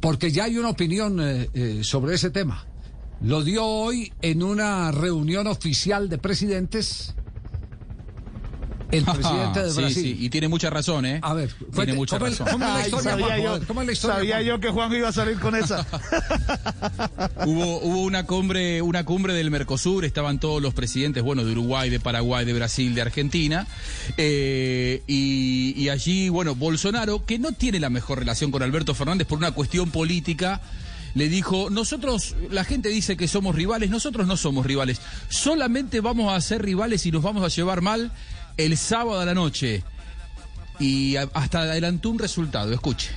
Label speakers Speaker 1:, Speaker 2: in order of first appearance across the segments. Speaker 1: Porque ya hay una opinión eh, eh, sobre ese tema. Lo dio hoy en una reunión oficial de presidentes el presidente de
Speaker 2: sí,
Speaker 1: Brasil.
Speaker 2: sí, y tiene mucha razón, ¿eh?
Speaker 1: A ver,
Speaker 2: tiene
Speaker 1: cuente,
Speaker 2: mucha
Speaker 1: ¿cómo, es-
Speaker 2: razón.
Speaker 1: cómo es la
Speaker 3: Ay,
Speaker 1: historia,
Speaker 3: sabía
Speaker 1: Juanjo? A ver,
Speaker 3: yo-
Speaker 1: ¿Cómo es la historia?
Speaker 3: Sabía yo que Juan iba a salir con esa.
Speaker 2: Hubo, hubo una cumbre, una cumbre del Mercosur, estaban todos los presidentes, bueno, de Uruguay, de Paraguay, de Brasil, de Argentina, eh, y, y allí, bueno, Bolsonaro, que no tiene la mejor relación con Alberto Fernández por una cuestión política, le dijo, nosotros, la gente dice que somos rivales, nosotros no somos rivales, solamente vamos a ser rivales y nos vamos a llevar mal el sábado a la noche. Y a- hasta adelantó un resultado, escuche.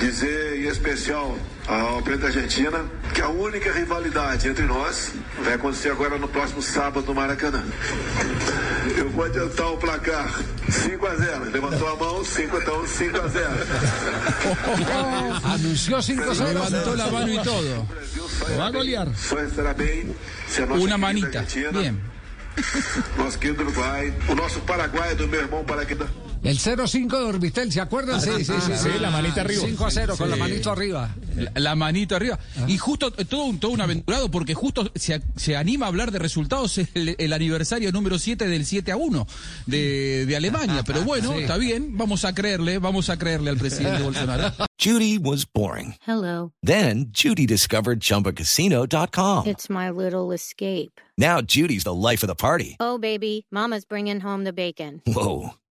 Speaker 4: Dizer em especial ao presidente da Argentina que a única rivalidade entre nós vai acontecer agora no próximo sábado no Maracanã. Eu vou adiantar o placar 5 a 0. Levantou a mão, 5 então 5 a 0.
Speaker 1: Anunció 5-0.
Speaker 2: Levantó la mano y todo.
Speaker 4: O Brasil só, só estará bem se a nossa
Speaker 2: Una
Speaker 4: querida
Speaker 2: manita.
Speaker 4: Argentina,
Speaker 2: Bien.
Speaker 4: nosso querido Uruguai, o nosso Paraguai do meu irmão Paraguai.
Speaker 1: El 0-5 de Orbitel, ¿se
Speaker 2: Ah,
Speaker 1: acuerdan? Sí, sí, sí.
Speaker 3: sí, la manita arriba.
Speaker 1: 5-0 con la manito arriba.
Speaker 2: La, la manito arriba. Y justo, eh, todo un, todo un aventurado, porque justo se, a- se anima a hablar de resultados el, el aniversario número 7 del 7 a 1 de, de Alemania. Pero bueno, está bien, vamos a creerle, vamos a creerle al presidente Bolsonaro.
Speaker 5: Judy was boring.
Speaker 6: Hello.
Speaker 5: Then Judy discovered ChumbaCasino.com.
Speaker 6: It's my little escape.
Speaker 5: now Judy's the life of the party.
Speaker 6: Oh, baby, Mama's bringing home the bacon.
Speaker 5: Whoa,